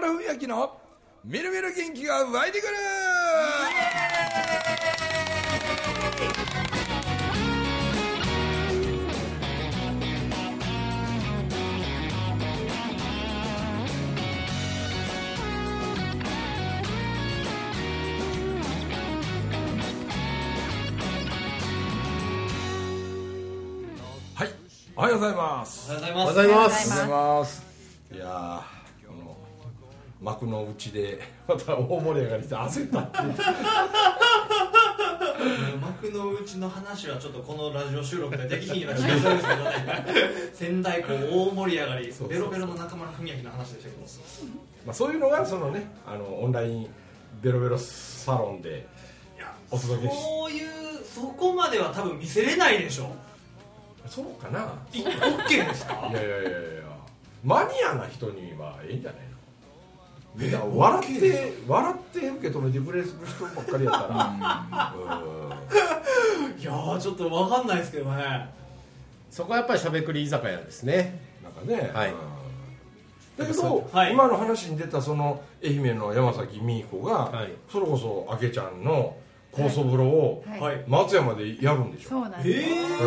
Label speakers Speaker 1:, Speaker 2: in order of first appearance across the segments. Speaker 1: のみるみる元気が湧いてくるはいおはようございます
Speaker 2: おはよう
Speaker 3: お
Speaker 2: ご
Speaker 3: はよう
Speaker 2: ざ
Speaker 3: ご
Speaker 2: い
Speaker 3: ざい
Speaker 2: ま
Speaker 3: ます
Speaker 1: お
Speaker 2: す。
Speaker 3: は
Speaker 1: はようございますいやーこの幕の内でまた大盛り上がりして焦ったっていう
Speaker 2: 幕の内の話はちょっとこのラジオ収録でできひんような気がするんですけどね。仙台港大盛り上がり
Speaker 1: そうそう、
Speaker 2: ベロベロの中村文明の話でしたけど。
Speaker 1: まあ、そういうのがそのねあのオンラインベロベロサロンで
Speaker 2: いや
Speaker 1: お届けし
Speaker 2: そういうそこまでは多分見せれないでしょ。
Speaker 1: そうかない
Speaker 2: オッケーですか？
Speaker 1: やいやいやいやマニアな人にはええんじゃないのみんな笑って笑って受け止めてくれる人ばっかりやからうん
Speaker 2: いやーちょっとわかんないですけどね。
Speaker 3: そこはやっぱりしゃべくり居酒屋ですね
Speaker 1: なんかね、
Speaker 3: はい
Speaker 1: うんだけど、
Speaker 2: はい
Speaker 1: 今の話に出たその愛媛の山崎美子が、
Speaker 3: はい
Speaker 1: それこそあけちゃんの高層風呂を
Speaker 4: はい
Speaker 2: はい。
Speaker 1: 松山でやるんでしょ、
Speaker 4: そうなん
Speaker 2: え
Speaker 4: です、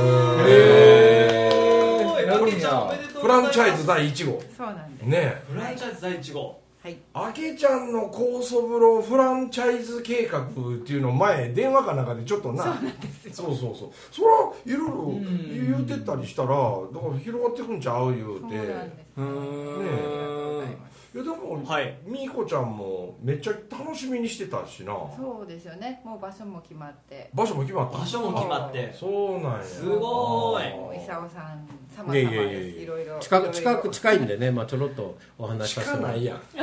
Speaker 2: ー。おい
Speaker 1: なんか
Speaker 2: ラケちゃんおめでとう
Speaker 1: フ
Speaker 2: ござ
Speaker 1: ラ
Speaker 2: いま
Speaker 1: ン
Speaker 2: す
Speaker 1: チャイズ第1号
Speaker 4: そうなんです
Speaker 1: ねえ
Speaker 2: フランチャイズ第一号。
Speaker 4: はい
Speaker 1: あけちゃんの高層風呂フランチャイズ計画っていうのを前電話かなんかでちょっとなそうそうそうそうそれはいろいろ言うてたりしたらだから広がってくんちゃう言う
Speaker 4: そう
Speaker 1: て
Speaker 4: なんです
Speaker 2: う
Speaker 1: ー
Speaker 2: ん。
Speaker 1: いやでも、
Speaker 2: はい
Speaker 1: みーこちゃんもめっちゃ楽しみにしてたしな
Speaker 4: そうですよねもう場所も決まって
Speaker 1: 場所も決まった
Speaker 2: 場所も決まって。
Speaker 1: そうなんや
Speaker 2: すごーい
Speaker 4: もう伊
Speaker 1: あ
Speaker 4: 沢さん様々
Speaker 3: い
Speaker 4: で
Speaker 3: やい
Speaker 4: す
Speaker 3: やいや
Speaker 4: いろいろ
Speaker 3: 近く近く
Speaker 4: い
Speaker 3: 近いんでね、まあ、ちょろっとお話しさせてもらって
Speaker 1: やんさおち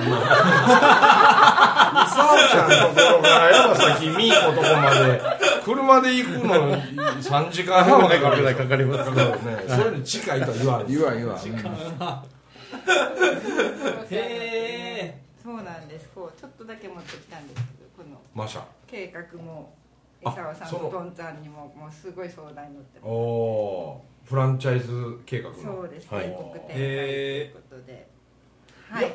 Speaker 1: ゃんのところから山崎みーことこまで車で行くの3時間半はかか
Speaker 3: 頭がかか
Speaker 1: る
Speaker 3: ないかかりますけど
Speaker 1: ね、それに近いとは言わん
Speaker 5: 言わん言わん
Speaker 4: ろいろお世話になってね
Speaker 2: へ
Speaker 4: そうなんですこうちょっとだけ持ってきたんですけどこの
Speaker 1: マシャ
Speaker 4: 計画も伊
Speaker 1: あ
Speaker 4: 沢さん
Speaker 1: その
Speaker 4: とどんちゃんにももうすごい相談に乗ってます
Speaker 1: おおーフランチャイズ計画
Speaker 4: そ
Speaker 1: の
Speaker 4: うです
Speaker 3: はい
Speaker 4: 全国展開という
Speaker 2: へ
Speaker 4: ことで
Speaker 1: ー
Speaker 4: はい
Speaker 1: いや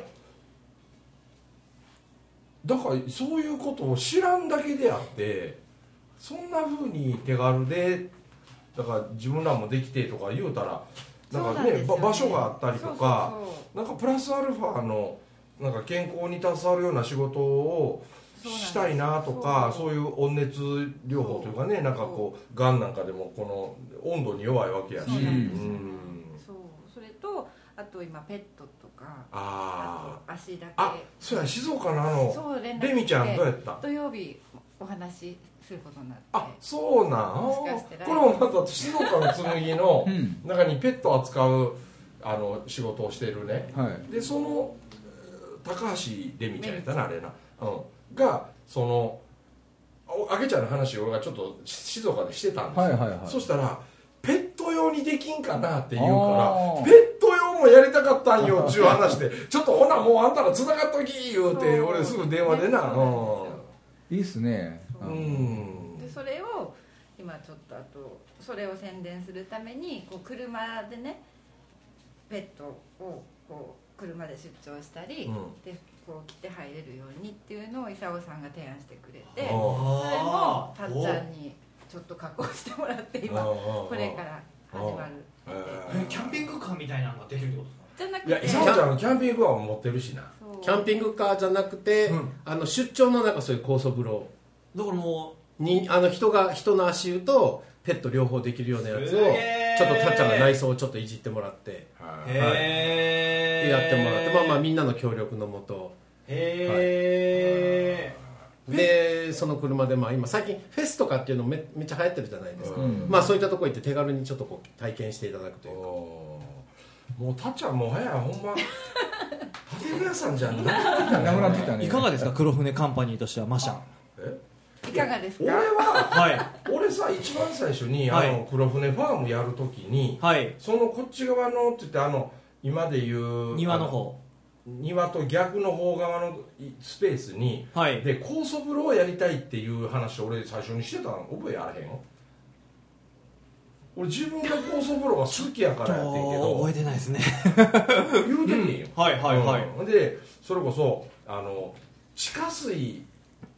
Speaker 1: だからそういうことを知らんだけであってそんなふうに手軽でだから自分らもできてとか言うたらなんかねば場所があったりとかなんかプラスアルファのなんか健康に携わるような仕事をしたいなとかそういう温熱療法というかねなんかこうがんなんかでもこの温度に弱いわけやし
Speaker 4: そうなんですよ
Speaker 1: うん
Speaker 4: ねそうそれとあと今ペットとかあ
Speaker 1: あ
Speaker 4: と足だけ
Speaker 1: ああそうや静岡のあの
Speaker 4: そう連絡
Speaker 1: レミちゃんどうやった
Speaker 4: 土曜日お話しすることになって
Speaker 1: あそうなん
Speaker 4: もしかして来
Speaker 1: これもまた静岡の紬の
Speaker 5: うん
Speaker 1: 中にペットを扱うあの仕事をしてるね
Speaker 5: はい
Speaker 1: でそのえー高橋レミちゃんやったなあれな、うん、がそのおあげちゃんの話を俺がちょっとし静岡でしてたんですよ、
Speaker 5: はいはいはい
Speaker 1: そしたらペット用にできんかなって言う
Speaker 5: あ
Speaker 1: か
Speaker 5: ー
Speaker 1: らペット用もやりたかったんよっちゅう話で ちょっとほなもうあんたら繋がっとき言うて
Speaker 4: そう
Speaker 1: 俺すぐ電話でな
Speaker 4: そう
Speaker 5: いいっすね
Speaker 4: そううんなんですよ
Speaker 1: うん
Speaker 4: でそれを今ちょっとあとそれを宣伝するためにこう車でねペットをこう車で出張したり、
Speaker 1: うん
Speaker 4: でこう来て入れるようにっていうのを伊佐尾さんが提案してくれて
Speaker 1: あー
Speaker 4: それもたっちゃ
Speaker 2: お
Speaker 4: んにちょっと加工してもらって今
Speaker 1: こ
Speaker 4: これから始まる
Speaker 2: えキャンピングカーみたいなのができるってことですか
Speaker 4: じゃな
Speaker 1: いや、
Speaker 4: くて
Speaker 1: 伊沢ちゃんのキャンピングカーも持ってるしな。
Speaker 4: そう
Speaker 3: キャンピングカーじゃなくて、
Speaker 1: うん
Speaker 3: あの出張のなんかそういう高層風呂
Speaker 2: だからも
Speaker 3: にあの人が人の足湯とペット両方できるようなやつ
Speaker 2: す
Speaker 3: を
Speaker 2: げー
Speaker 3: ちょっとたっちゃんが内装をちょっといじってもらって
Speaker 2: う
Speaker 1: は
Speaker 2: へえ
Speaker 3: やってもらって、まあまあみんなの協力のもと
Speaker 2: へえ
Speaker 3: でその車でまあ今最近フェスとかっていうのめめっちゃ流行ってるじゃないですか、
Speaker 1: うん
Speaker 3: まあそういったとこ行って手軽にちょっとこう体験していただくと
Speaker 1: い
Speaker 3: いうか
Speaker 1: おーもうたっちゃんもはやほん ま建具屋さんじゃない
Speaker 5: なくなってきたね
Speaker 2: いかがですか黒船カンパニーとしてはマシャ
Speaker 1: え
Speaker 4: いかがです
Speaker 1: 俺
Speaker 4: か
Speaker 1: は
Speaker 2: はい
Speaker 1: 俺さ一番最初にあ
Speaker 2: はい
Speaker 1: の黒船ファームやるときに
Speaker 2: はい
Speaker 1: そのこっち側のって言ってあの今でいう
Speaker 2: 庭の
Speaker 1: あ
Speaker 2: 方
Speaker 1: 庭と逆の方側のいスペースに
Speaker 2: はい
Speaker 1: で高層風呂をやりたいっていう話を俺最初にしてたの覚えあれへん俺自分が高層風呂が好きやからやってんけど
Speaker 2: 覚えてないですね
Speaker 1: 言うてんねんよ、
Speaker 2: はいはいはい
Speaker 1: うんでそれこそあの地下水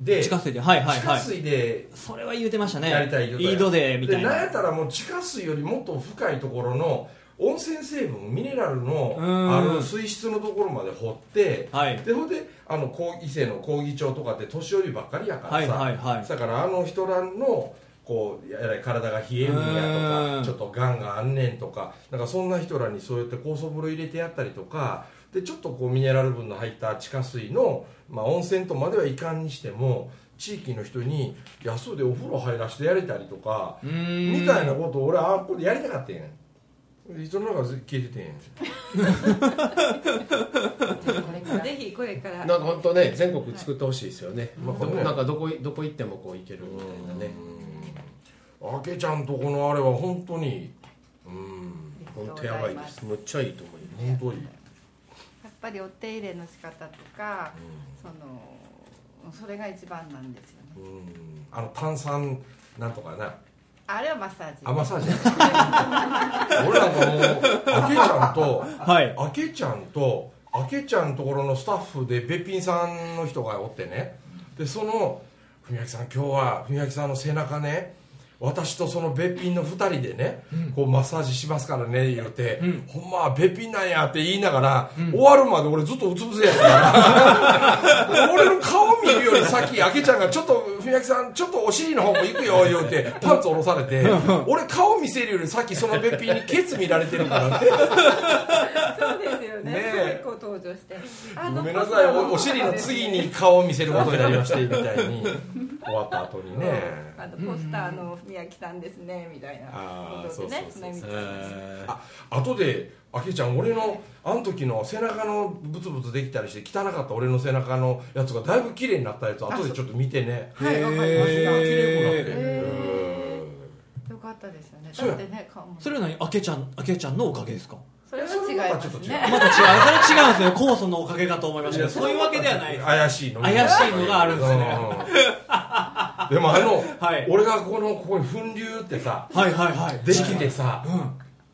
Speaker 1: で
Speaker 2: 地下水ではいはい
Speaker 1: 地下
Speaker 2: はい
Speaker 1: 水で
Speaker 2: それは言うてましたね
Speaker 1: やりたい言うたやん
Speaker 2: イードでみたい
Speaker 1: でん
Speaker 2: な
Speaker 1: やったらもう地下水よりもっと深いところの温泉成分ミネラルの
Speaker 2: うん
Speaker 1: ある水質のところまで掘って
Speaker 2: はい
Speaker 1: でほんであのこう伊勢の講義町とかって年寄りばっかりやからさ、
Speaker 2: はいはいはい
Speaker 1: だからあの人らのこうやれ体が冷えるんやと
Speaker 2: う
Speaker 1: か
Speaker 2: ん
Speaker 1: ちょっとがんがあんねんとかなんかそんな人らにそうやって酵素風呂入れてやったりとかでちょっとこうミネラル分の入った地下水の、まあ、温泉とまではいかんにしても地域の人に安うでお風呂入らしてやれたりとか
Speaker 2: うーん
Speaker 1: みたいなことを俺あこれやりたかったんやん人の中で消えててんやん
Speaker 4: ぜひこれか
Speaker 6: な
Speaker 4: ら
Speaker 6: んか本当ね全国作ってほしいですよね、
Speaker 1: はい
Speaker 6: どこなんかどこどこ行ってもこう行けるみたいなね
Speaker 1: あけちゃんとこのあれは本当にうん
Speaker 6: 本当やばいですむっちゃいいと思います
Speaker 1: 本当に
Speaker 4: やっぱりお手入れの仕方とかそのそれが一番なんですよね
Speaker 1: うんうんあの炭酸なんとかな
Speaker 4: あれはマッサージ
Speaker 1: 甘さじゃん 俺なんかもうあけちゃんと
Speaker 2: はい
Speaker 1: あけちゃんとあけちゃんのところのスタッフでべっぴんさんの人がおってねでその「文明さん今日は文明さんの背中ね私とそのべっぴんの2人でね、こうマッサージしますからね言うて、ほんまはべっぴんなんやって言いながら、終わるまで俺ずっとうつ伏せやったから 俺の顔見るより先あけちゃんがちょっと文明さんちょっとお尻の方も行くよ言うてパンツ下ろされ て俺顔見せるより先そのべっぴんにケツ見られてるからね
Speaker 4: そうですよね
Speaker 1: ねえ
Speaker 4: すごいこう登場してあ
Speaker 1: ご
Speaker 4: の
Speaker 1: めんなさいおお尻の次に顔を見せることになりましてみたいに 終わった後にね
Speaker 4: あのポスターの宮城さんですねみたいな
Speaker 1: あー
Speaker 4: ことでね
Speaker 1: そうそうそう
Speaker 4: 船見さん
Speaker 1: あ後であけちゃん俺のあの時の背中のブツブツできたりして汚かった俺の背中のやつがだいぶ綺麗になったやつ後でちょっと見てね
Speaker 4: はいわか
Speaker 1: あそこが
Speaker 4: りま
Speaker 1: 綺麗
Speaker 4: へ
Speaker 1: になって
Speaker 4: ー
Speaker 1: うん
Speaker 4: よかったですよね
Speaker 1: そう
Speaker 4: だ
Speaker 1: や
Speaker 4: ってね顔も
Speaker 2: それは何あけちゃんあけちゃんのおかげですか
Speaker 4: それは違います
Speaker 1: それ
Speaker 4: ね
Speaker 1: は
Speaker 2: また違うそれは違うんですよ酵素のおかげかと思いましたけどそういうわけではないです
Speaker 1: 怪しいの
Speaker 2: 怪しいのがあるんですね
Speaker 1: うんでもあの、
Speaker 2: はい
Speaker 1: 俺がこのここに粉瘤ってさ
Speaker 2: はいはいはい
Speaker 1: できてさ、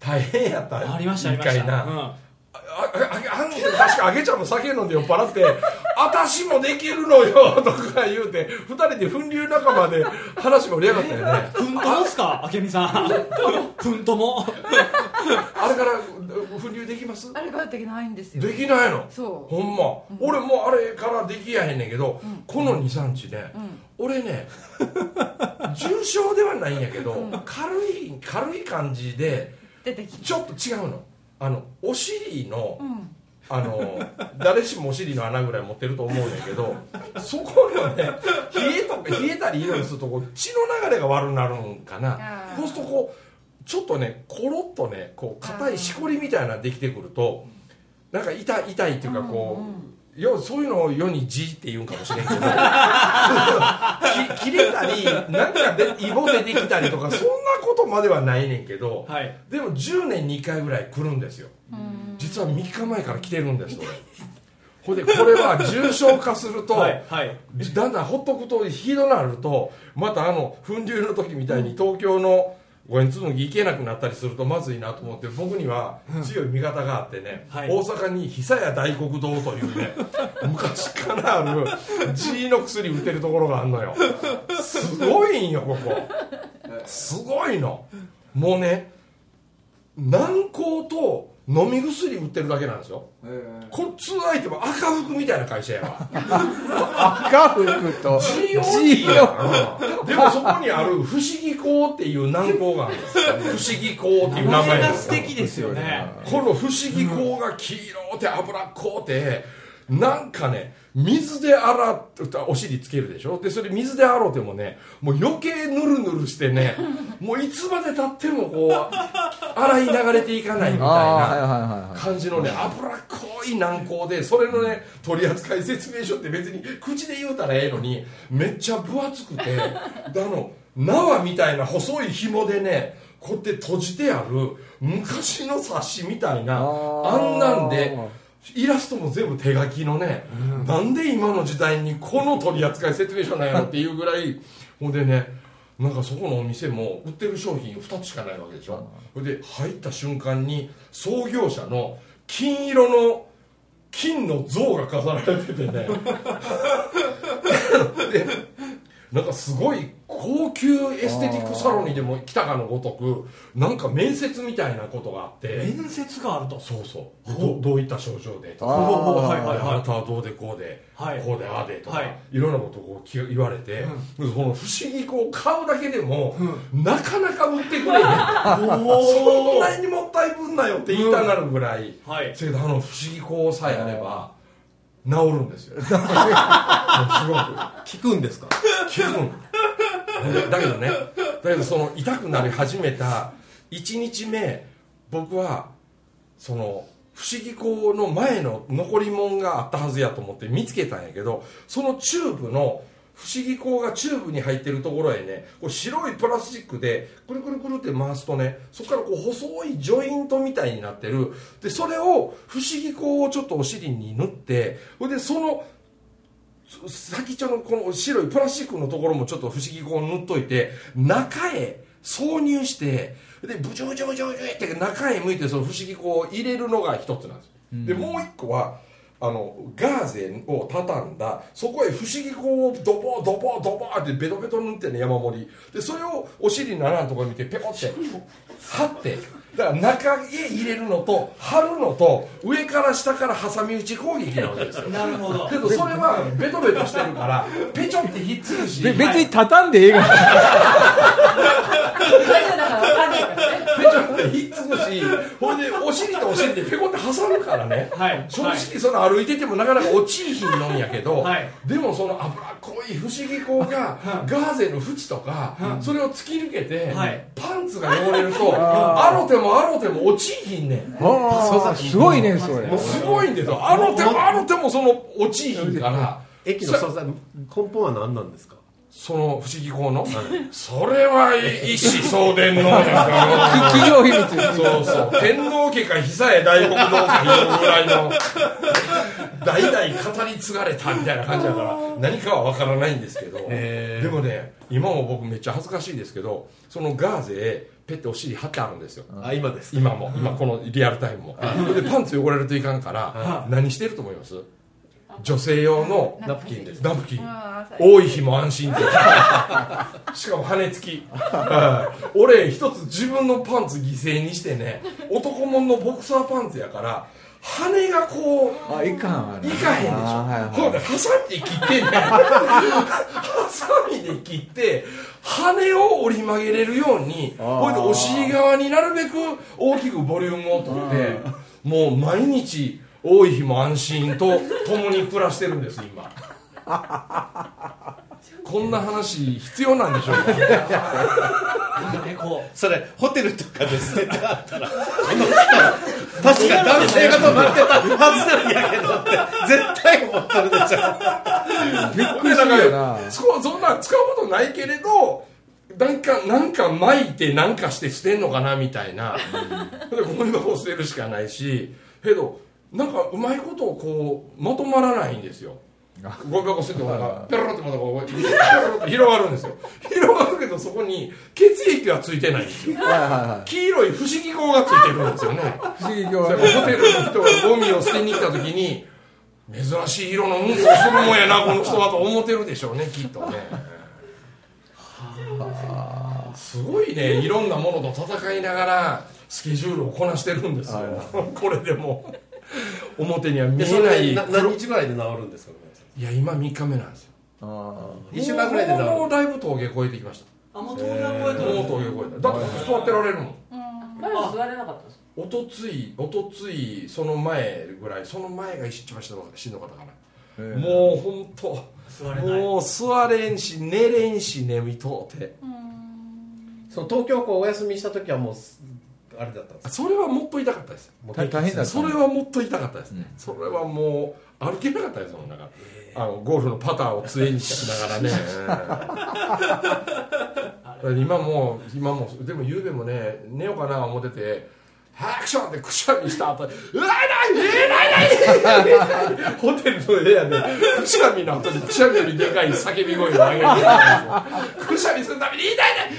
Speaker 1: 大変やったよ
Speaker 2: ありましたありまし
Speaker 1: 一回な
Speaker 2: た、うん
Speaker 1: ああああんた確かあげちゃんも酒飲んで酔っ払って「私もできるのよ」とか言うて二人で粉流仲間で話盛り上がったよね
Speaker 2: ふんともっすかあけみさんふんとも
Speaker 1: あれから粉流できます
Speaker 4: あれができないんですよ
Speaker 1: できないの
Speaker 4: そう
Speaker 1: ほんま、俺もうあれからできやへんねんけど、この23日ね、俺ね重症ではないんやけど、軽い軽い感じで
Speaker 4: 出てき
Speaker 1: ちょっと違うのあのお尻の、
Speaker 4: ん
Speaker 1: あの誰しもお尻の穴ぐらい持ってると思うんやけ どそこのね冷えとか冷えたり色にするとこう血の流れが悪なるんかな
Speaker 4: あー
Speaker 1: そうするとこうちょっとねコロッとねこう硬いしこりみたいなのできてくるとなんか痛い痛いっていうかこう。よそういうのを世に「じ」って言うんかもしれん けどき切れたりなんかでイボ出てきたりとかそんなことまではないねんけど、
Speaker 2: はい
Speaker 1: でも10年に1回ぐらい来るんですよ実は3日前から来てるんです俺ほんでこれは重症化すると、
Speaker 2: はいはい
Speaker 1: だんだんほっとくとひどなるとまたあの粉流の時みたいに東京の五円紬行けなくなったりするとまずいなと思って僕には強い味方があってね、
Speaker 2: はい
Speaker 1: 大阪に久屋大黒堂という ね昔からある G の薬売ってるところがあるのよすごいんよここすごいのもうね軟膏と飲み薬売ってるだけなんですよこれ通アイテム赤服みたいな会社やわ
Speaker 5: 赤服と
Speaker 1: GOD やからでもそこにある不思議校っていう難校があるんですよ不思議校っていう名
Speaker 2: 名前
Speaker 1: 前
Speaker 2: が素敵ですよね
Speaker 1: この不思議校が黄色って脂っこうてなんかね水で洗ってお尻つけるでしょでそれ水で洗うてもねもう余計ぬるぬるしてねもういつまでたってもこう洗い流れていかないみたい
Speaker 5: あ
Speaker 1: な
Speaker 5: あーはいはいはいはい
Speaker 1: 感じのね脂っこい軟膏でそれのね取扱説明書って別に口で言うたらええのにめっちゃ分厚くて であの縄みたいな細い紐でねこうやって閉じてある昔の冊子みたいな
Speaker 5: あ
Speaker 1: あ
Speaker 5: ー
Speaker 1: んなんでイラストも全部手書きのね、なんで今の時代にこの取扱説明書なんやろっていうぐらいほんでねなんかそこのお店も売ってる商品2つしかないわけでしょそれで入った瞬間に創業者の金色の金の像が飾られててね でなんかすごい高級エステティックサロンにでも来たかのごとくなんか面接みたいなことがあって
Speaker 2: 面接があると
Speaker 1: そうそうでどどういった症状でと
Speaker 5: あ
Speaker 1: か
Speaker 5: ー
Speaker 2: ほうほうはい
Speaker 1: あ
Speaker 2: はい
Speaker 1: あな
Speaker 2: は
Speaker 1: たはどうでこうで、
Speaker 2: はい
Speaker 1: こうでああでとか、
Speaker 2: はい
Speaker 1: い、ろんなことをこうき言われて、その不思議こう顔だけでも、なかなか持ってくれへんそんなにもったいぶんなよって言いたなるぐらい、
Speaker 2: いはい
Speaker 1: せやけどあの不思議こさえあれば治るんですよ もうすごく
Speaker 6: 聞くんですか
Speaker 1: 気分だけどねだけどその痛くなり始めた1日目僕はその不思議校の前の残り物があったはずやと思って見つけたんやけどそのチューブの不思議校がチューブに入ってるところへねこう白いプラスチックでくるくるくるって回すとねそこからこう細いジョイントみたいになってるでそれを不思議校をちょっとお尻に塗ってほいでその先っちょのこの白いプラスチックのところもちょっと不思議こう塗っといて中へ挿入してでブチョブチョブチョブチョって中へ向いてその不思議こう入れるのが一つなんですよ、でもう一個はあのガーゼを畳んだそこへ不思議こうドボードボードボーってベトベト塗ってんね山盛りでそれをお尻の穴のところに見てペコって貼ってだから中へ入れるのと貼るのと上から下から挟み撃ち攻撃なわけですよ
Speaker 7: なるほど
Speaker 1: けどそれはベトベトしてるからペチョンってひっつくし
Speaker 5: べ
Speaker 1: ペチ
Speaker 5: 別に畳んで映画
Speaker 4: 大丈夫だから分かんないからね
Speaker 1: ョンってひっつくしほんでお尻とお尻でペコって挟むからね
Speaker 2: はい
Speaker 1: 正直その歩いててもなかなか落ちいひんのんやけど、
Speaker 2: はい
Speaker 1: でもその脂っこい不思議粉がガーゼの縁とかそれを突き抜けて
Speaker 2: はい
Speaker 1: パンツが汚れるとあろてもあろても落ちいひんねん
Speaker 5: ああすごいねそれ
Speaker 1: もうすごいんですよあろてもあろてもその落ちいひんから
Speaker 6: 駅の素材根本は何なんですか
Speaker 1: その不思議校のそれは一子相伝能力だよ
Speaker 5: 企業秘密
Speaker 1: そうそう天皇家か久江大国堂かいうぐらいの代々語り継がれたみたいな感じだから何かは分からないんですけど
Speaker 6: へー
Speaker 1: でもね今も僕めっちゃ恥ずかしいですけどそのガーゼへペッてお尻貼ってあるんですよ
Speaker 6: あ今です
Speaker 1: 今も今このリアルタイムもでパンツ汚れるといかんから何してると思います女性用の
Speaker 6: ナプキンです
Speaker 1: ナプキン
Speaker 4: あー
Speaker 1: 多い日も安心って しかも羽根付きはい俺一つ自分のパンツ犠牲にしてね男物のボクサーパンツやから羽がこう
Speaker 5: あいかんあ
Speaker 1: い
Speaker 5: れ
Speaker 1: かへんでしょ、
Speaker 5: あーはいはい
Speaker 1: ほんでハサミで切ってんねんハサミで切って羽を折り曲げれるように
Speaker 5: あー
Speaker 1: ほいでお尻側になるべく大きくボリュームをとってもう毎日多い日も安心と共に暮らしてるんです今こんな話必要なんでしょうか
Speaker 2: なんかねこ
Speaker 3: それホテルとかで捨てて あったらこの人確か男性が泊まってたはずなんやけどって絶対思ってるでしょ
Speaker 5: びっくりするよな
Speaker 1: そうそんな使うことないけれどなんかなんか巻いてなんかして捨てんのかなみたいな、でゴミ箱捨てるしかないしけどなんかうまいことをこうまとまらないんですよゴミ箱捨ててもなんかペロロってまたこうペロロって広がるんですよ広がるけどそこに血液はついてないんですよ
Speaker 5: はいはいは
Speaker 1: 黄色い不思議粉がついてるんですよね
Speaker 5: い不思議業
Speaker 1: そ
Speaker 5: は
Speaker 1: れホテルの人がゴミを捨てに来た時に珍しい色のうんこをするもんやなこの人はと思ってるでしょうねきっとねすごいねいろんなものと戦いながらスケジュールをこなしてるんですよこれでも表には見
Speaker 3: で
Speaker 1: えない
Speaker 3: それな何日ぐらいで治るんですか
Speaker 1: いや今3日目なんですよ
Speaker 5: あ
Speaker 3: 1週間ぐらいで治
Speaker 1: もう
Speaker 3: る
Speaker 1: だいぶ峠越えてきました
Speaker 2: うあもう東南越
Speaker 1: も
Speaker 2: え
Speaker 1: う峠越えただって座ってられるもん
Speaker 8: 前は座れなかったんですか
Speaker 1: おとついおとついその前ぐらいその前が一番しんどかったかな
Speaker 5: あ
Speaker 1: もう本当
Speaker 2: 座れない
Speaker 1: もう座れんし寝れんし眠いとうて
Speaker 6: その東京港お休みした時はもうすあれだったんです
Speaker 1: それはもっと痛かったですよ
Speaker 6: もう
Speaker 5: 大大変だった
Speaker 1: それはもっと痛かったですね、
Speaker 5: う
Speaker 1: それはもう歩けなかったですもんだからあのゴルフのパターを杖にしながらねうん 今も今もでもゆうべもね寝ようかな思っててハクションってくしゃみした後に「うわないないないない!」ホテルの部屋でくしゃみの後にくしゃみよりでかい叫び声を上げてたんですよくしゃみするために「痛い痛い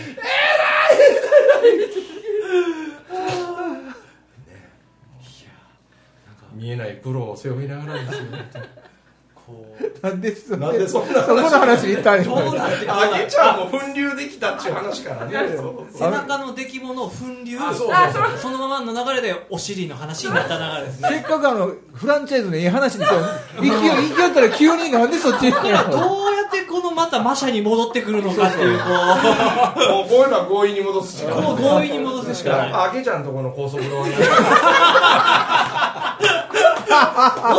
Speaker 1: 見えない苦労を支背負いながらですよ
Speaker 7: こ
Speaker 5: なんでそ
Speaker 1: なんで
Speaker 5: そ
Speaker 1: そんな
Speaker 5: この話に行ったん
Speaker 7: う
Speaker 5: でし
Speaker 7: ど
Speaker 5: ょ
Speaker 7: うなってこう
Speaker 1: あ
Speaker 7: な
Speaker 1: げ
Speaker 7: る
Speaker 1: ちゃんも粉流できたっていう話からねそうそう
Speaker 5: あ
Speaker 7: 背中の出来物を粉流
Speaker 1: あそうそうそう
Speaker 7: そのままの流れでお尻の話になった流れですね
Speaker 5: せっかくあのフランチャイズのいい話にこう勢い勢いったら急になんでそっちに行く
Speaker 7: どう
Speaker 5: の
Speaker 7: やってこのまた馬車に戻ってくるのかっていうこ
Speaker 1: もうこういうのは強引に戻すしかないう
Speaker 7: こう強引に戻すしかない
Speaker 1: あげちゃんとこの高速道路に
Speaker 7: も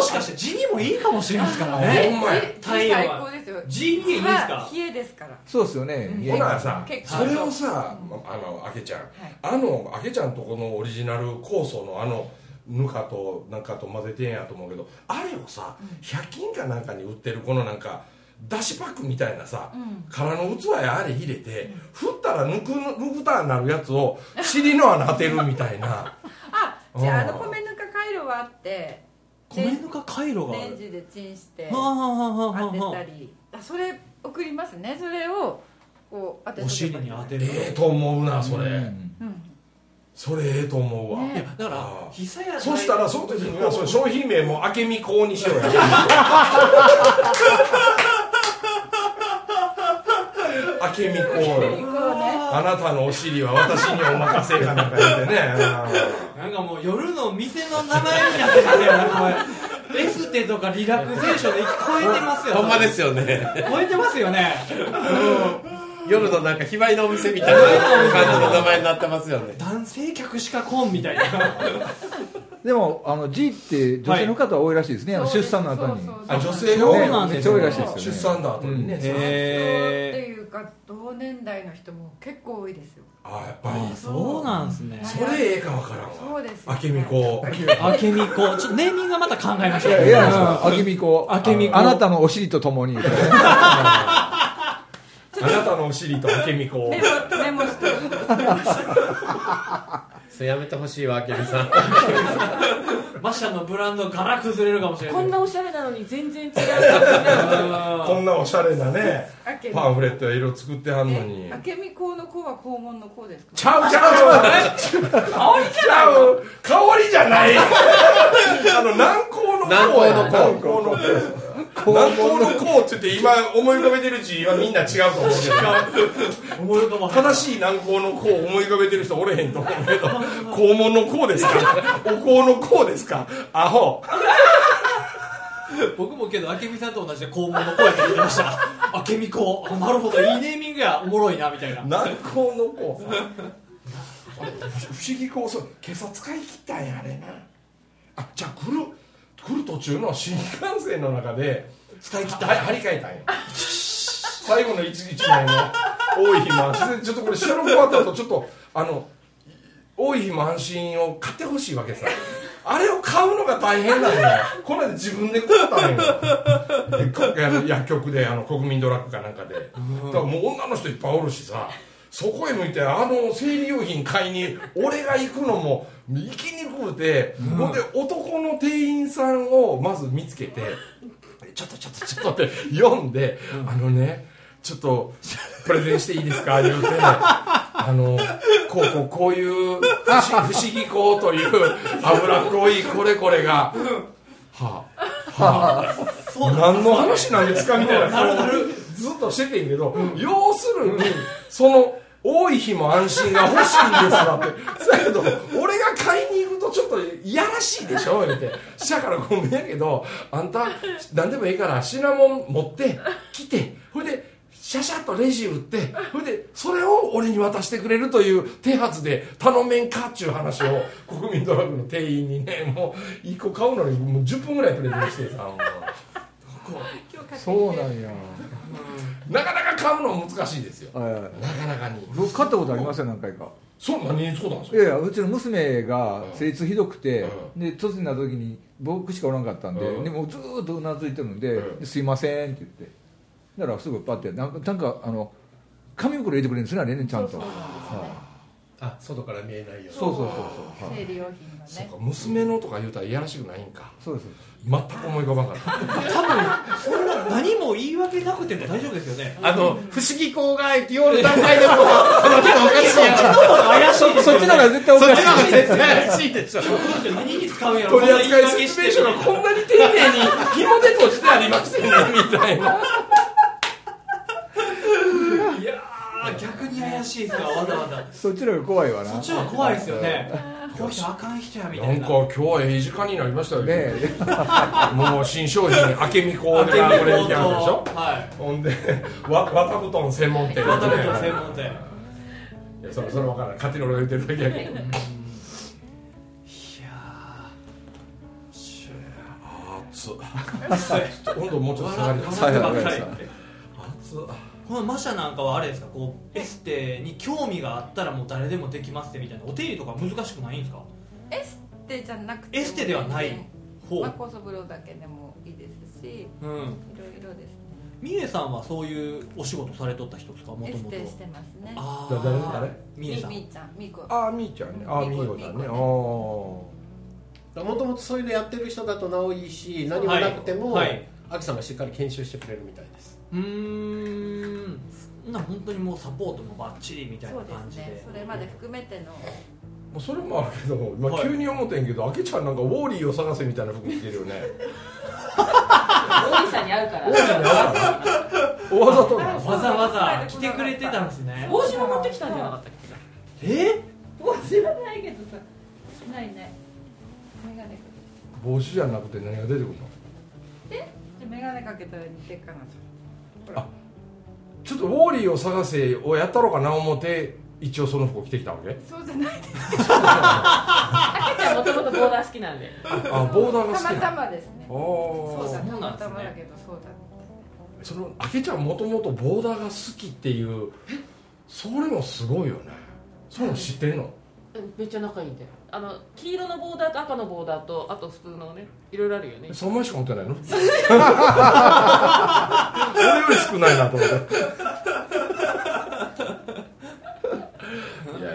Speaker 7: しかして地にもいいかもしれないですからね
Speaker 1: ほんまや
Speaker 7: 太陽
Speaker 4: 最
Speaker 7: は
Speaker 4: 高ですよ
Speaker 7: 地にいいです
Speaker 4: は
Speaker 7: か
Speaker 4: 冷えですから
Speaker 5: そうですよね
Speaker 1: ほなさ
Speaker 4: 結
Speaker 1: そ
Speaker 4: 構
Speaker 1: れをさあのあげちゃん、あのあげちゃんとこのオリジナル酵素のあのぬかとなんかと混ぜてんやと思うけどあれをさ100均かなんかに売ってるこのなんかだしパックみたいなさ、空の器やあれ入れて、振ったら抜く抜くたになるやつを尻の穴当てるみたいな
Speaker 4: あじゃああの米ぬか回路はあって
Speaker 2: 米ぬか回路があ
Speaker 4: レン
Speaker 2: る
Speaker 4: ジでチンして
Speaker 2: はあはあはあはあ
Speaker 4: 当て
Speaker 2: は
Speaker 4: たりあそれ送りますねそれをこう当て
Speaker 2: あお尻に当てる
Speaker 1: ええと思うなそれ、
Speaker 4: うん
Speaker 1: それええと思うわ、
Speaker 4: ね
Speaker 2: だか
Speaker 1: あ
Speaker 2: ら
Speaker 1: あ
Speaker 2: 久屋
Speaker 1: そしたらその時に はその商品名も「あけみこう」にしようや あけみこう
Speaker 4: こうね
Speaker 1: あなたのお尻は私にお任せかなんか言ってねあ
Speaker 2: なんかもう夜の店の名前になってるんだよなこれエステとかリラクゼーションで聞こえて ますよ
Speaker 3: ほんまですよね
Speaker 2: 超えてますよね
Speaker 3: 夜のなんか卑猥なお店みたいな感じの名前になってますよね
Speaker 2: 男性客しか来んみたいな
Speaker 5: でもあの G って女性の方は多いらしいですね、あの
Speaker 4: そう
Speaker 5: 出
Speaker 4: です
Speaker 5: 産の後に
Speaker 4: そうそう
Speaker 1: あ女
Speaker 5: ね
Speaker 1: 性
Speaker 2: そう
Speaker 1: の
Speaker 2: なん
Speaker 5: め
Speaker 2: で
Speaker 5: っ
Speaker 2: す
Speaker 5: ちゃ
Speaker 2: よ
Speaker 5: 多いらしいですよね
Speaker 1: 出産の後にね、
Speaker 4: っていうか同年代の人も結構多いですよ
Speaker 1: あやっぱり
Speaker 2: そうなんですね
Speaker 1: それええかわからんわ
Speaker 4: そうです
Speaker 1: あけみこう
Speaker 2: あけみこちょっとネーミングはまた考えましょう
Speaker 5: いや、あけみこ、
Speaker 2: あけみこ
Speaker 5: あなたのお尻とともに、
Speaker 1: あなたのお尻とあけみこ
Speaker 4: メ
Speaker 1: う
Speaker 4: モメモして
Speaker 3: それやめてほしいわあけみさん
Speaker 2: 馬車のブランド柄崩れるかもしれない
Speaker 8: こんなおしゃれなのに全然違う
Speaker 1: こんなおしゃれなね
Speaker 4: あけみ
Speaker 1: パンフレットや色作ってはんのに
Speaker 4: えあけみこの子は肛門の子ですか
Speaker 1: ちゃうちゃうちゃう香りじゃないあの南高の
Speaker 3: 南
Speaker 1: 高
Speaker 3: 高
Speaker 1: や
Speaker 3: の
Speaker 1: 南高の高南高の高って言って今思い浮かべてる字はみんな違うと思う
Speaker 2: 思い浮かば
Speaker 1: けど正しい南高の高を思い浮かべてる人おれへんと思うけど肛門の高ですかお香の高ですかアホ
Speaker 2: 僕もけど、あけみさんと同じで肛門の声って言ってました。あけみこう、あなるほど、いいネーミングや、おもろいな、みたいな。
Speaker 1: 南高の高さあれ不思議高そう今朝使い切ったんやあれなあじゃあ来る来る途中の新幹線の中で使い切っては張り替えたんや最後の一日前の多い日も安心ちょっとこれ収録終わった後ちょっとあの多い日も安心を買ってほしいわけさあれを買うのが大変なんだよこの間自分で買ったのよこ あの薬局であの国民ドラッグかなんかでだからもう女の人いっぱいおるしさそこへ向いてあの生理用品買いに俺が行くのも行きにくくて、ほんで男の店員さんをまず見つけてちょっとちょっとちょっとって読んで、あのね、ちょっとプレゼンしていいですか言うて、あの、こうこうこういう不思不思議こうという脂っこいこれこれが、はあ、はあ、何の話なんですかみたいな顔をずっとしててんけど、要するに、その、多い日も安心が欲しいんですわって。 だけど、俺が買いに行くとちょっといやらしいでしょ言うて。しやからごめんやけど、あんた、何でもいいからシナモン持って、来て、ほいで、シャシャッとレジ打って、ほいで、それを俺に渡してくれるという手はずで頼めんかっちゅう話を、国民ドラッグの店員にね、もう、1個買うのにもう10分ぐらいプレゼンしてさ、もう
Speaker 4: 今日買って
Speaker 5: そうなんや、
Speaker 1: なかなか買うの難しいですよ。
Speaker 5: ええ
Speaker 1: なかなかに。
Speaker 5: 僕、買ったことありますよ、何回か。
Speaker 1: そう、何にそうなんです
Speaker 5: い
Speaker 1: か
Speaker 5: やいやうちの娘が生理痛ひどくて、
Speaker 1: う
Speaker 5: で突然なった時に僕しかおらんかったんで、
Speaker 1: うん
Speaker 5: でもずーっとうなずいてるんで
Speaker 1: う
Speaker 5: 「ですいません」って言ってだからすぐパッてなんかなんかあの紙袋入れてくれるんですねあれねちゃんと
Speaker 4: そうそうなんですね
Speaker 5: は
Speaker 6: あ外から見えないように
Speaker 5: そうそうそうそう
Speaker 4: 生理用品の
Speaker 1: そう
Speaker 4: ね
Speaker 1: か娘のとか言うたらいやらしくないんか
Speaker 5: そうです
Speaker 1: 全く思い浮かばんかった
Speaker 2: そんな何も言い訳なくても大丈夫ですよね
Speaker 6: あの不思議公害って夜段階でもうこの人おかしいやろ
Speaker 2: 怪しい
Speaker 5: そっちの方が絶対お
Speaker 6: そ
Speaker 5: か
Speaker 6: っ
Speaker 5: し
Speaker 6: ちの方が絶対怪しいで しょ
Speaker 2: 何に使うんやろ
Speaker 1: 取
Speaker 2: こん
Speaker 1: り
Speaker 2: な
Speaker 1: 扱
Speaker 2: 言い
Speaker 1: い
Speaker 2: 訳し
Speaker 1: 説
Speaker 2: て
Speaker 1: 明書がこんなに丁寧に紐で閉じてありましてねみたいない
Speaker 2: やー逆に怪しいですわわざわざ
Speaker 5: いそっちの方が怖いわな
Speaker 2: そっ
Speaker 5: ね
Speaker 2: ちは怖いですよねこういう人あかん人やみた
Speaker 1: ないん
Speaker 2: な
Speaker 1: か今日はええ時間になりましたよね
Speaker 5: え
Speaker 1: もう新商品あけみこ
Speaker 2: あ
Speaker 1: で
Speaker 2: けみ
Speaker 1: あ
Speaker 2: こと
Speaker 1: これみたいなのでしょ
Speaker 2: は
Speaker 1: ほんでわわたぶとん専門店
Speaker 2: いまたまた専門店
Speaker 1: いやそれそれ分からない勝手に俺が言ってるだけやけど
Speaker 2: いや
Speaker 1: 熱っ温度もうちょっと下がり
Speaker 2: 笑
Speaker 1: ます
Speaker 2: ってばっかり
Speaker 1: 熱っ
Speaker 2: このマシャなんかはあれですかこうエステに興味があったらもう誰でもできますってみたいなお手入れとか難しくないんですか
Speaker 4: エステじゃなくても
Speaker 2: エステではないほ
Speaker 4: まあ、
Speaker 2: う、
Speaker 4: 酵素風呂だけでもいいですしい
Speaker 2: うん、
Speaker 4: ろいろですね
Speaker 2: ミエさんはそういうお仕事されとった人ですかも
Speaker 4: エ
Speaker 2: と
Speaker 4: ス
Speaker 2: もと
Speaker 4: テしてますね
Speaker 2: あ
Speaker 1: じゃあ誰誰
Speaker 2: ミエさん
Speaker 4: みーちゃんみーこ
Speaker 1: あーみーちゃんねあーみーこちゃんねああ
Speaker 6: もともとそういうのやってる人だとなおいいし何もなくても、
Speaker 2: はいはい
Speaker 6: アキさんがしっかり研修してくれるみたいです
Speaker 2: うーんそんな本当にもうサポートもバッチリみたい
Speaker 4: そ
Speaker 2: な
Speaker 4: うで
Speaker 2: 感
Speaker 4: す
Speaker 2: じで
Speaker 4: ねそれまで含めての
Speaker 1: まあそれもあるけど、ま
Speaker 2: は
Speaker 1: あ、
Speaker 2: い
Speaker 1: 急に思ってんけど、あけちゃんなんかウォーリーを探せみたいな服着てるよね
Speaker 8: 大井さんに会うから
Speaker 1: わざとな
Speaker 2: わざわざ来てくれてたんですね
Speaker 8: 帽子も持ってきたんじゃなかったっけ
Speaker 2: え
Speaker 4: 帽子はないけどさないねメガネか
Speaker 1: 帽子じゃなくて何が出てくるの
Speaker 4: けメガネかけたら似てっかなとほら
Speaker 1: ちょっとウォーリーを探せをやったろうかな思って一応その服を着てきたわけ
Speaker 4: そうじゃないです
Speaker 8: 赤ちゃんもともとボーダー好きなんで
Speaker 1: あボーダーが好きな
Speaker 4: た
Speaker 1: の
Speaker 4: またまですね
Speaker 1: お
Speaker 4: そうだ
Speaker 1: ー
Speaker 4: ね
Speaker 2: そうなんですね
Speaker 4: たまたまだけどそうだ
Speaker 1: そのあけちゃんもともとボーダーが好きっていうそれもすごいよねそういうの知ってんの
Speaker 8: うんめっちゃ仲いいんであの黄色のボーダーと赤のボーダーとあと普通のねいろいろあるよね
Speaker 1: 3枚しか持ってないの 俺より少ないなと思って いやいや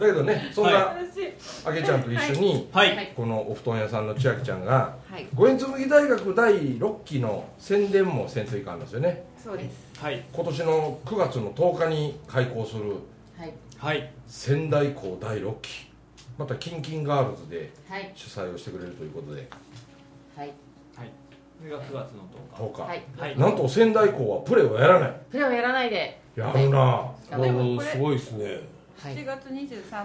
Speaker 1: だけどねそんな
Speaker 4: 楽しい
Speaker 1: あけちゃんと一緒に
Speaker 2: はい、
Speaker 8: はい
Speaker 1: このお布団屋さんの千秋ちゃんが
Speaker 4: はい
Speaker 1: 五円紬大学第6期の宣伝も潜水艦ですよね
Speaker 4: そうです
Speaker 2: はい
Speaker 1: 今年の9月の10日に開校する
Speaker 8: はい
Speaker 2: はい
Speaker 1: 仙台校第6期またキンキンガールズで
Speaker 8: はい
Speaker 1: 主催をしてくれるということで
Speaker 8: はい
Speaker 2: これが9月の10
Speaker 1: 10
Speaker 2: 日
Speaker 1: 日、
Speaker 8: はい
Speaker 2: はい
Speaker 1: なんと仙台校はプレーをやらない
Speaker 8: プレーをやらないで
Speaker 1: やるな
Speaker 8: 頑張ります
Speaker 4: これ
Speaker 3: ごいですね
Speaker 8: は
Speaker 4: 7
Speaker 8: い
Speaker 4: 月23の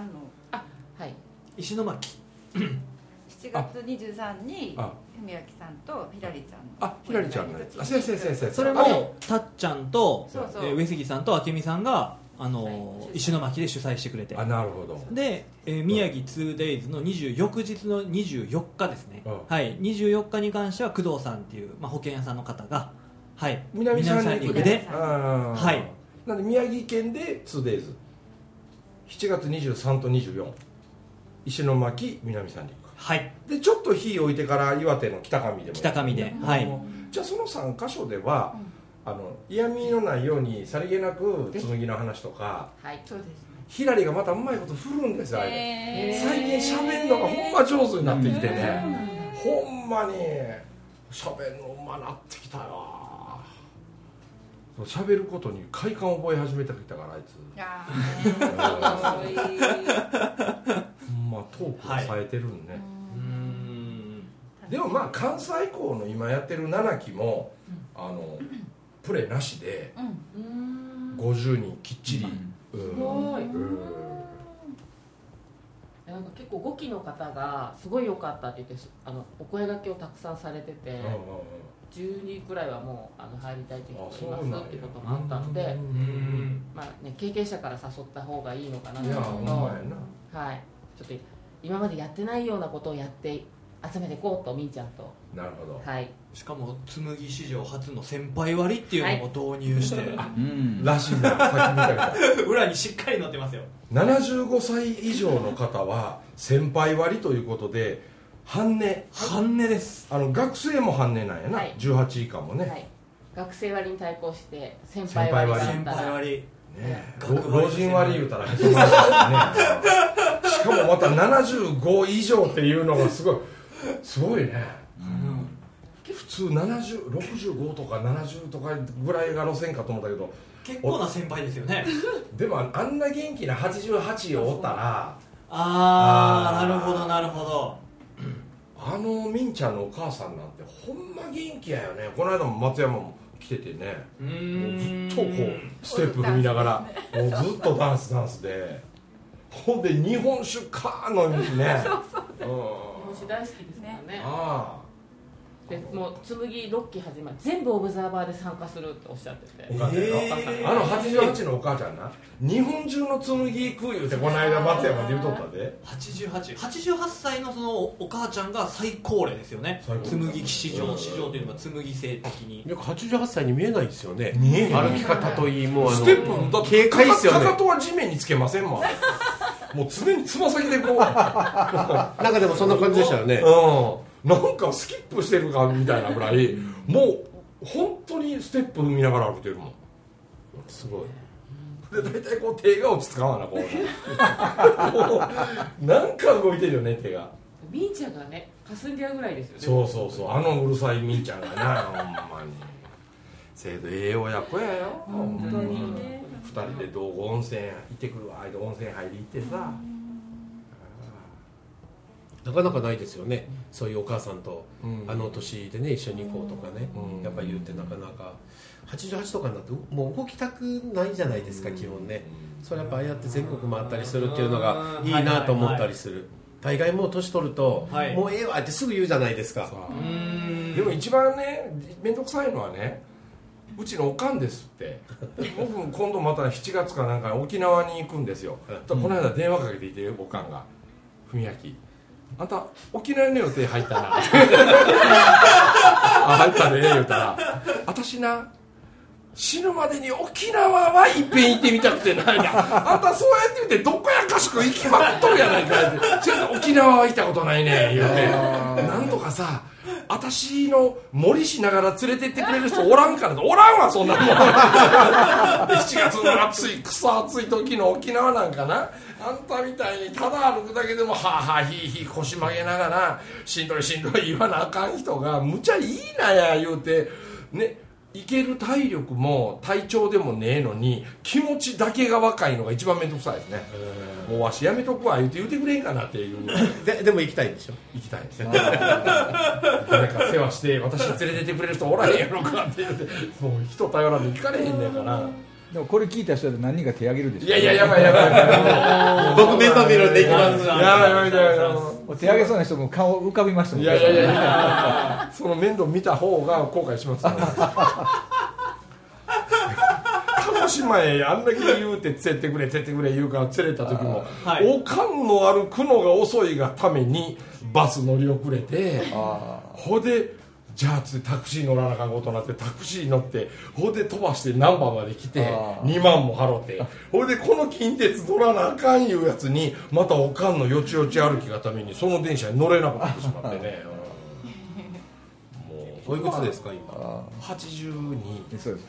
Speaker 8: はい
Speaker 2: 石巻
Speaker 4: 7月23に
Speaker 1: あ
Speaker 4: 文明さんとひらりちゃんの
Speaker 1: あひらりちゃんのやつあ先生先生
Speaker 2: それ
Speaker 1: あ
Speaker 2: もたっちゃんと
Speaker 4: そうそう
Speaker 2: えー上杉さんと明美さんが、あのー
Speaker 8: はい
Speaker 2: 石巻で主催してくれて
Speaker 1: あなるほど
Speaker 2: で、えー宮城 2days の20翌日の24日ですね、
Speaker 1: うん
Speaker 2: はい、24日に関しては工藤さんっていう、まあ、保険屋さんの方が、はい、
Speaker 1: 南三陸
Speaker 2: 陸
Speaker 4: で
Speaker 2: で
Speaker 1: あー
Speaker 2: はい
Speaker 1: なんで宮城県で 2days7 月23と24石巻南三陸
Speaker 2: はい、
Speaker 1: でちょっと火置いてから岩手の北上でも
Speaker 2: 北上で、はい、
Speaker 1: じゃあその3箇所では、あの嫌味のないようにさりげなく紬の話とか
Speaker 8: はい
Speaker 4: そうです
Speaker 1: ひらりがまたうまいこと振るんですよあれ、
Speaker 4: ね
Speaker 8: ー
Speaker 1: 最近しゃべんのがほんま上手になってきて
Speaker 4: そうなんだ
Speaker 1: ね、ほんまにしゃべんのうまなってきたよしゃべることに快感を覚え始めてきたからあいつ
Speaker 4: あーねーそう
Speaker 1: ほんまトークが冴えてるんね、
Speaker 2: うーん
Speaker 1: でもまあ関西校の今やってる7期も、あのプレーなしで
Speaker 8: うーん
Speaker 1: 50人きっちり、うん
Speaker 8: すごい
Speaker 1: うん
Speaker 8: なんか結構5期の方がすごい良かったって言ってあのお声掛けをたくさんされてて、
Speaker 1: うんうん
Speaker 8: 10人くらいはもうあの入りたいという
Speaker 1: あ
Speaker 8: 人
Speaker 1: そう
Speaker 8: が
Speaker 1: ないん
Speaker 8: ま
Speaker 1: や
Speaker 8: すってこともあったので、
Speaker 1: う
Speaker 2: うーん
Speaker 8: まあね、経験者から誘った方がいいのかなと
Speaker 1: いやほんま
Speaker 8: 思
Speaker 1: やな
Speaker 8: うはい、ちょっと今までやってないようなことをやって集めていこうとみーちゃんと、
Speaker 1: なるほど、
Speaker 8: はい、
Speaker 2: しかも紬史上初の先輩割っていうのも導入して、
Speaker 5: うん
Speaker 1: らしいなさっき見たけど
Speaker 2: 裏にしっかり載ってますよ
Speaker 1: 75歳以上の方は先輩割ということで半値
Speaker 2: 半音です
Speaker 1: あの学生も半値なんやな、
Speaker 8: はい
Speaker 1: 18以下もね、
Speaker 8: はい、学生割に対抗して先輩割
Speaker 1: 先
Speaker 8: だ
Speaker 2: 先
Speaker 8: った
Speaker 2: 輩
Speaker 8: ら
Speaker 2: 割
Speaker 1: ね
Speaker 7: 学割
Speaker 1: 老人割言うたらへそまねしかもまた75以上っていうのがすごいすごいね、普通7065とか70とかぐらいが路線かと思ったけど
Speaker 7: 結構な先輩ですよね
Speaker 1: でもあんな元気な88をおったら
Speaker 7: あ
Speaker 1: あ
Speaker 7: あ
Speaker 1: ー
Speaker 7: なるほどなるほど
Speaker 1: あのみんちゃんのお母さんなんてほんま元気やよねこの間も松山も来ててね
Speaker 7: う
Speaker 1: もう
Speaker 7: ーん
Speaker 1: ずっとこうステップ踏みながらもうずっとダンスダンスでほんで日本酒かー飲みにねうん
Speaker 8: 私大好きですからね
Speaker 1: あ
Speaker 8: でもう紬ロッキー始まり全部オブザーバーで参加するっておっしゃってて
Speaker 1: お母さんやろ
Speaker 7: えー
Speaker 1: ああの88のお母ちゃんな日本中の紬食う言うてこの間松山で言うとったで
Speaker 7: 88 88歳のそのお母ちゃんが最高齢ですよね
Speaker 1: 最高齢
Speaker 7: 紬騎士場市場というのが紬性的に
Speaker 3: よく88歳に見えないですよね
Speaker 1: 見えない
Speaker 3: 歩き方といいもうあの
Speaker 1: ステップもだ
Speaker 3: 軽快っすよね
Speaker 1: かかかとは地面につけませんもんもう常につま先でこう
Speaker 3: なんかでもそんな感じでしたよね
Speaker 1: うん、なんかスキップしてるかみたいなぐらいもう本当にステップ踏みながら歩いてるもん
Speaker 3: すごい
Speaker 1: で大体こう手が落ち着かんわなこう なもうなんか動いてるよね手が
Speaker 8: みーちゃんがね霞んでやるぐらいですよね
Speaker 1: そうそうそうあのうるさいみーちゃんが なほんまにせいどええ親子やよ本
Speaker 8: 本当にね
Speaker 1: 2人で道後温泉行ってくるわ間温泉入り行ってさ
Speaker 3: なかなかないですよねそういうお母さんと、
Speaker 1: うん
Speaker 3: あの年でね一緒に行こうとかね、
Speaker 1: うん
Speaker 3: やっぱ言うてなかなか88とかになってもう動きたくないじゃないですか、基本ねそれやっぱああやって全国回ったりするっていうのが
Speaker 7: うん
Speaker 3: いいなと思ったりする、大概もう年取ると、
Speaker 7: はい
Speaker 3: もうええわってすぐ言うじゃないですか
Speaker 1: さ
Speaker 7: うーん
Speaker 1: でも一番ね面倒くさいのはねうちのおかんですって僕今度また7月かなんか沖縄に行くんですよ、
Speaker 3: うん
Speaker 1: この間電話かけていておかんが「文明あんた沖縄の予定入ったな」あ入ったね」言うたら「私な死ぬまでに沖縄はいっぺん行ってみたくてないなあんたそうやって言ってどこやかしこ行きまくっとるやないかってそやったら沖縄は行ったことないね言うてなんとかさ私の森しながら連れてってくれる人おらんからおらんわそんなもん7月の暑いクソ暑い時の沖縄なんかなあんたみたいにただ歩くだけでもはあはあひいひい腰曲げながらしんどいしんどい言わなあかん人がむちゃいいなや言うてねいける体力も体調でもねえのに気持ちだけが若いのが一番面倒くさいですねもうわしやめとくわ言うて言うてくれんかなっていう
Speaker 3: ででも行きたいんでしょ
Speaker 1: 行きたいですね誰か世話して私連れてってくれる人おらへんやろかって言うてもう人頼らんで行かれへんねんから
Speaker 5: でもこれ聞いた人だと何人か手挙げるでしょ
Speaker 1: いやいややばいやばいやばい
Speaker 3: 僕メンバー見るんで行きます
Speaker 1: やばいやばいやばい
Speaker 5: もう手挙げそうな人も顔浮かびましたもん
Speaker 1: いやいやいやいやその面倒見た方が後悔しますね鹿児島へあんだけ言うて連れてくれ連れてくれ言うから連れた時も、
Speaker 7: はい
Speaker 1: おかんの歩くのが遅いがためにバス乗り遅れてほいでじゃあつってタクシー乗らなあかんことになってタクシー乗ってほいで飛ばして難波まで来て
Speaker 5: あー
Speaker 1: 2万も払ってほいでこの近鉄乗らなあかんいうやつにまたおかんのよちよち歩きがためにその電車に乗れなくなってしまってねうんもう
Speaker 3: おいくつですか今
Speaker 5: あ
Speaker 1: 82
Speaker 5: ーそうです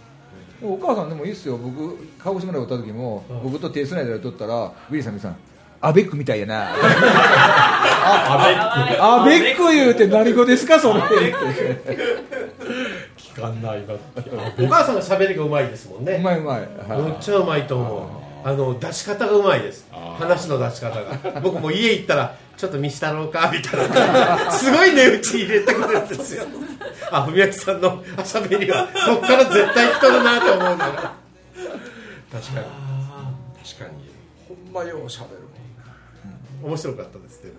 Speaker 5: でもお母さんでもいいっすよ僕鹿児島でおった時も僕と手つないで撮ったらウィリーさんみさんアベックみたいやなアベック言うて何語ですかそれ
Speaker 1: 聞かんないなって
Speaker 3: お母さんの喋りがうまいですもん
Speaker 5: う
Speaker 3: ね
Speaker 5: まいうまい、
Speaker 3: めっ
Speaker 5: は
Speaker 3: ちゃうまいと思うあの出し方がうまいです話の出し方が僕も家行ったらちょっと見したろうかみたいな すごい値打ち入れてくれるんです よあ文明さんの喋りはこっから絶対来とるなと思うんだな
Speaker 1: 確かに確かにほんまようしゃべる
Speaker 3: 面白かったですね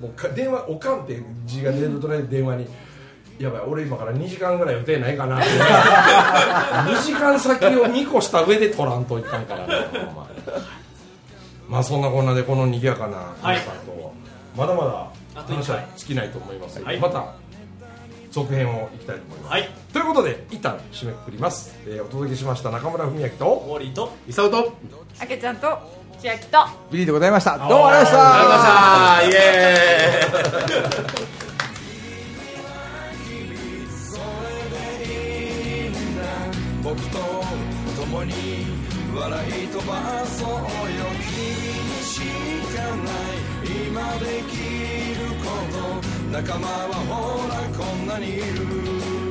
Speaker 1: もんもうか電話おかんって字が出るとね電話にやばい俺今から2時間ぐらい予定ない かなって2時間先を見越した上で取らんといかんからねほんままあそんなこんなでこの賑やかな
Speaker 7: はい
Speaker 1: 皆さんと、まだまだ
Speaker 7: あと一
Speaker 1: 話
Speaker 7: 回
Speaker 1: は尽きないと思いますので、
Speaker 7: はい
Speaker 1: また続編をいきたいと思います、
Speaker 7: はい
Speaker 1: ということで一旦締めくくります、えーお届けしました中村文明と
Speaker 7: 終わりと
Speaker 3: 伊沢とありがとう
Speaker 4: あけちゃんと
Speaker 8: 千秋と
Speaker 5: い、ビリーでございましたどうもありがとうございま
Speaker 3: ご
Speaker 5: した
Speaker 3: ざいましたイエーイ
Speaker 1: 「
Speaker 9: 笑い飛ばそうよ君にしかない今できること仲間はほらこんなにいる